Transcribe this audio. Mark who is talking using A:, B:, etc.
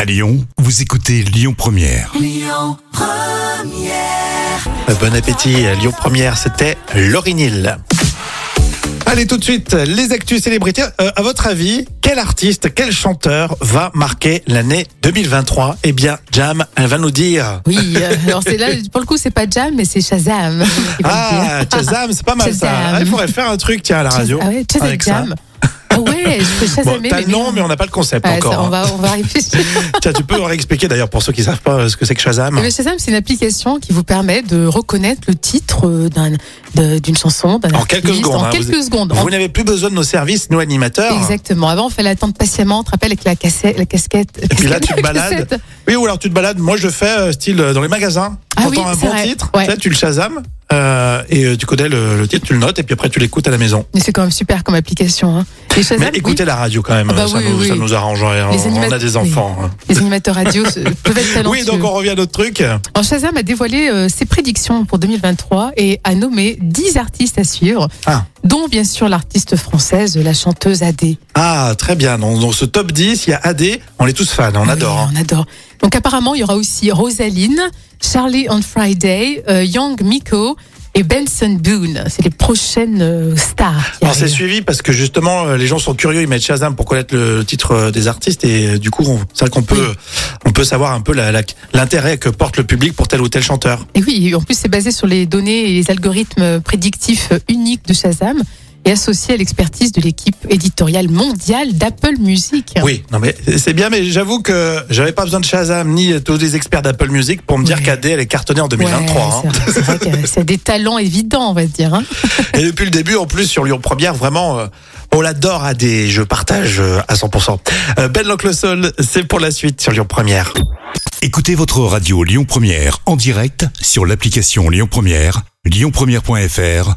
A: À Lyon, vous écoutez Lyon Première.
B: Bon appétit, Lyon Première, c'était Lorinil. Allez tout de suite, les actus célébrités. Euh, à votre avis, quel artiste, quel chanteur va marquer l'année 2023 Eh bien, Jam, elle va nous dire.
C: Oui, euh, alors c'est là, pour le coup, c'est pas Jam, mais c'est Shazam. qui va le dire.
B: Ah, Shazam, c'est pas mal
C: Shazam.
B: ça. Ah, Il faudrait faire un truc, tiens, à la radio.
C: Ah ouais, Shazam
B: avec ça.
C: Jam. Ah ouais, je peux
B: Bon,
C: Shazamer.
B: t'as le nom, mais on n'a pas le concept
C: Ouais,
B: encore.
C: ça, on,
B: hein.
C: va, on va réfléchir.
B: Tiens, tu peux leur expliquer d'ailleurs pour ceux qui savent pas euh, ce que c'est que Shazam.
C: Mais Shazam, c'est une application qui vous permet de reconnaître le titre euh, d'un- de- d'une chanson, d'un
B: En
C: artiste,
B: quelques secondes,
C: En
B: hein,
C: quelques secondes. En-
B: Vous n'avez plus besoin de nos services, nous animateurs.
C: Exactement. Avant, on fallait attendre patiemment, on te rappelle, avec la, cassette, la casquette.
B: Et puis là, tu te
C: la
B: balades.
C: cassette.
B: Oui, ou alors tu te balades. Moi, je fais euh, style euh, dans les magasins.
C: Ah
B: T'entends
C: oui,
B: un
C: c'est
B: bon
C: vrai.
B: titre,
C: Ouais.
B: tu sais, tu le shazames euh, et euh, tu connais le, le titre, tu le notes et puis après tu l'écoutes à la maison.
C: Mais c'est quand même super comme application. Hein. Et Shazam,
B: Mais écoutez la radio quand même, euh,
C: Ah bah
B: ça,
C: oui,
B: nous,
C: oui.
B: ça nous arrange. hein,
C: Les
B: On, on
C: animat-
B: a des enfants. hein.
C: oui, les animateurs radio se- peuvent être talentueux.
B: Oui, donc on revient à notre truc.
C: Alors, Shazam a dévoilé euh, ses prédictions pour 2023 et a nommé 10 artistes à suivre,
B: Ah.
C: dont bien sûr l'artiste française, la chanteuse Adé.
B: Ah, très bien. Dans, dans ce top 10, il y a AD. On est tous fans, on adore. hein.
C: Ah Oui, on adore. Donc apparemment, il y aura aussi Rosaline, Charlie on Friday, euh, Young Miko et Benson Boone. C'est les prochaines euh, stars. qui
B: Alors Ah, c'est
C: arrivent.
B: suivi parce que justement euh, les gens sont curieux, ils mettent Shazam pour connaître le titre euh, des artistes et euh, du coup on- c'est vrai qu'on peut on peut savoir un peu la- la- l'intérêt que porte le public pour tel ou tel chanteur.
C: Et oui, et en plus, c'est basé sur les données et les algorithmes prédictifs euh, uniques de Shazam et associé à l'expertise de l'équipe éditoriale mondiale d'Apple Music.
B: Oui, non mais c'est bien mais j'avoue que j'avais pas besoin de Shazam ni tous les experts d'Apple Music pour me dire
C: Ouais.
B: qu'AD elle est cartonnée en 2023. hein.
C: Ouais, c'est vrai, c'est vrai que c'est des talents évidents, on va se dire. hein.
B: Et depuis le début en plus sur Lyon Première vraiment euh, on l'adore à des je partage euh, à 100%. Euh, ben Locke le Sol, c'est pour la suite sur Lyon Première.
A: Écoutez votre radio Lyon Première en direct sur l'application Lyon Première, lyonpremière.fr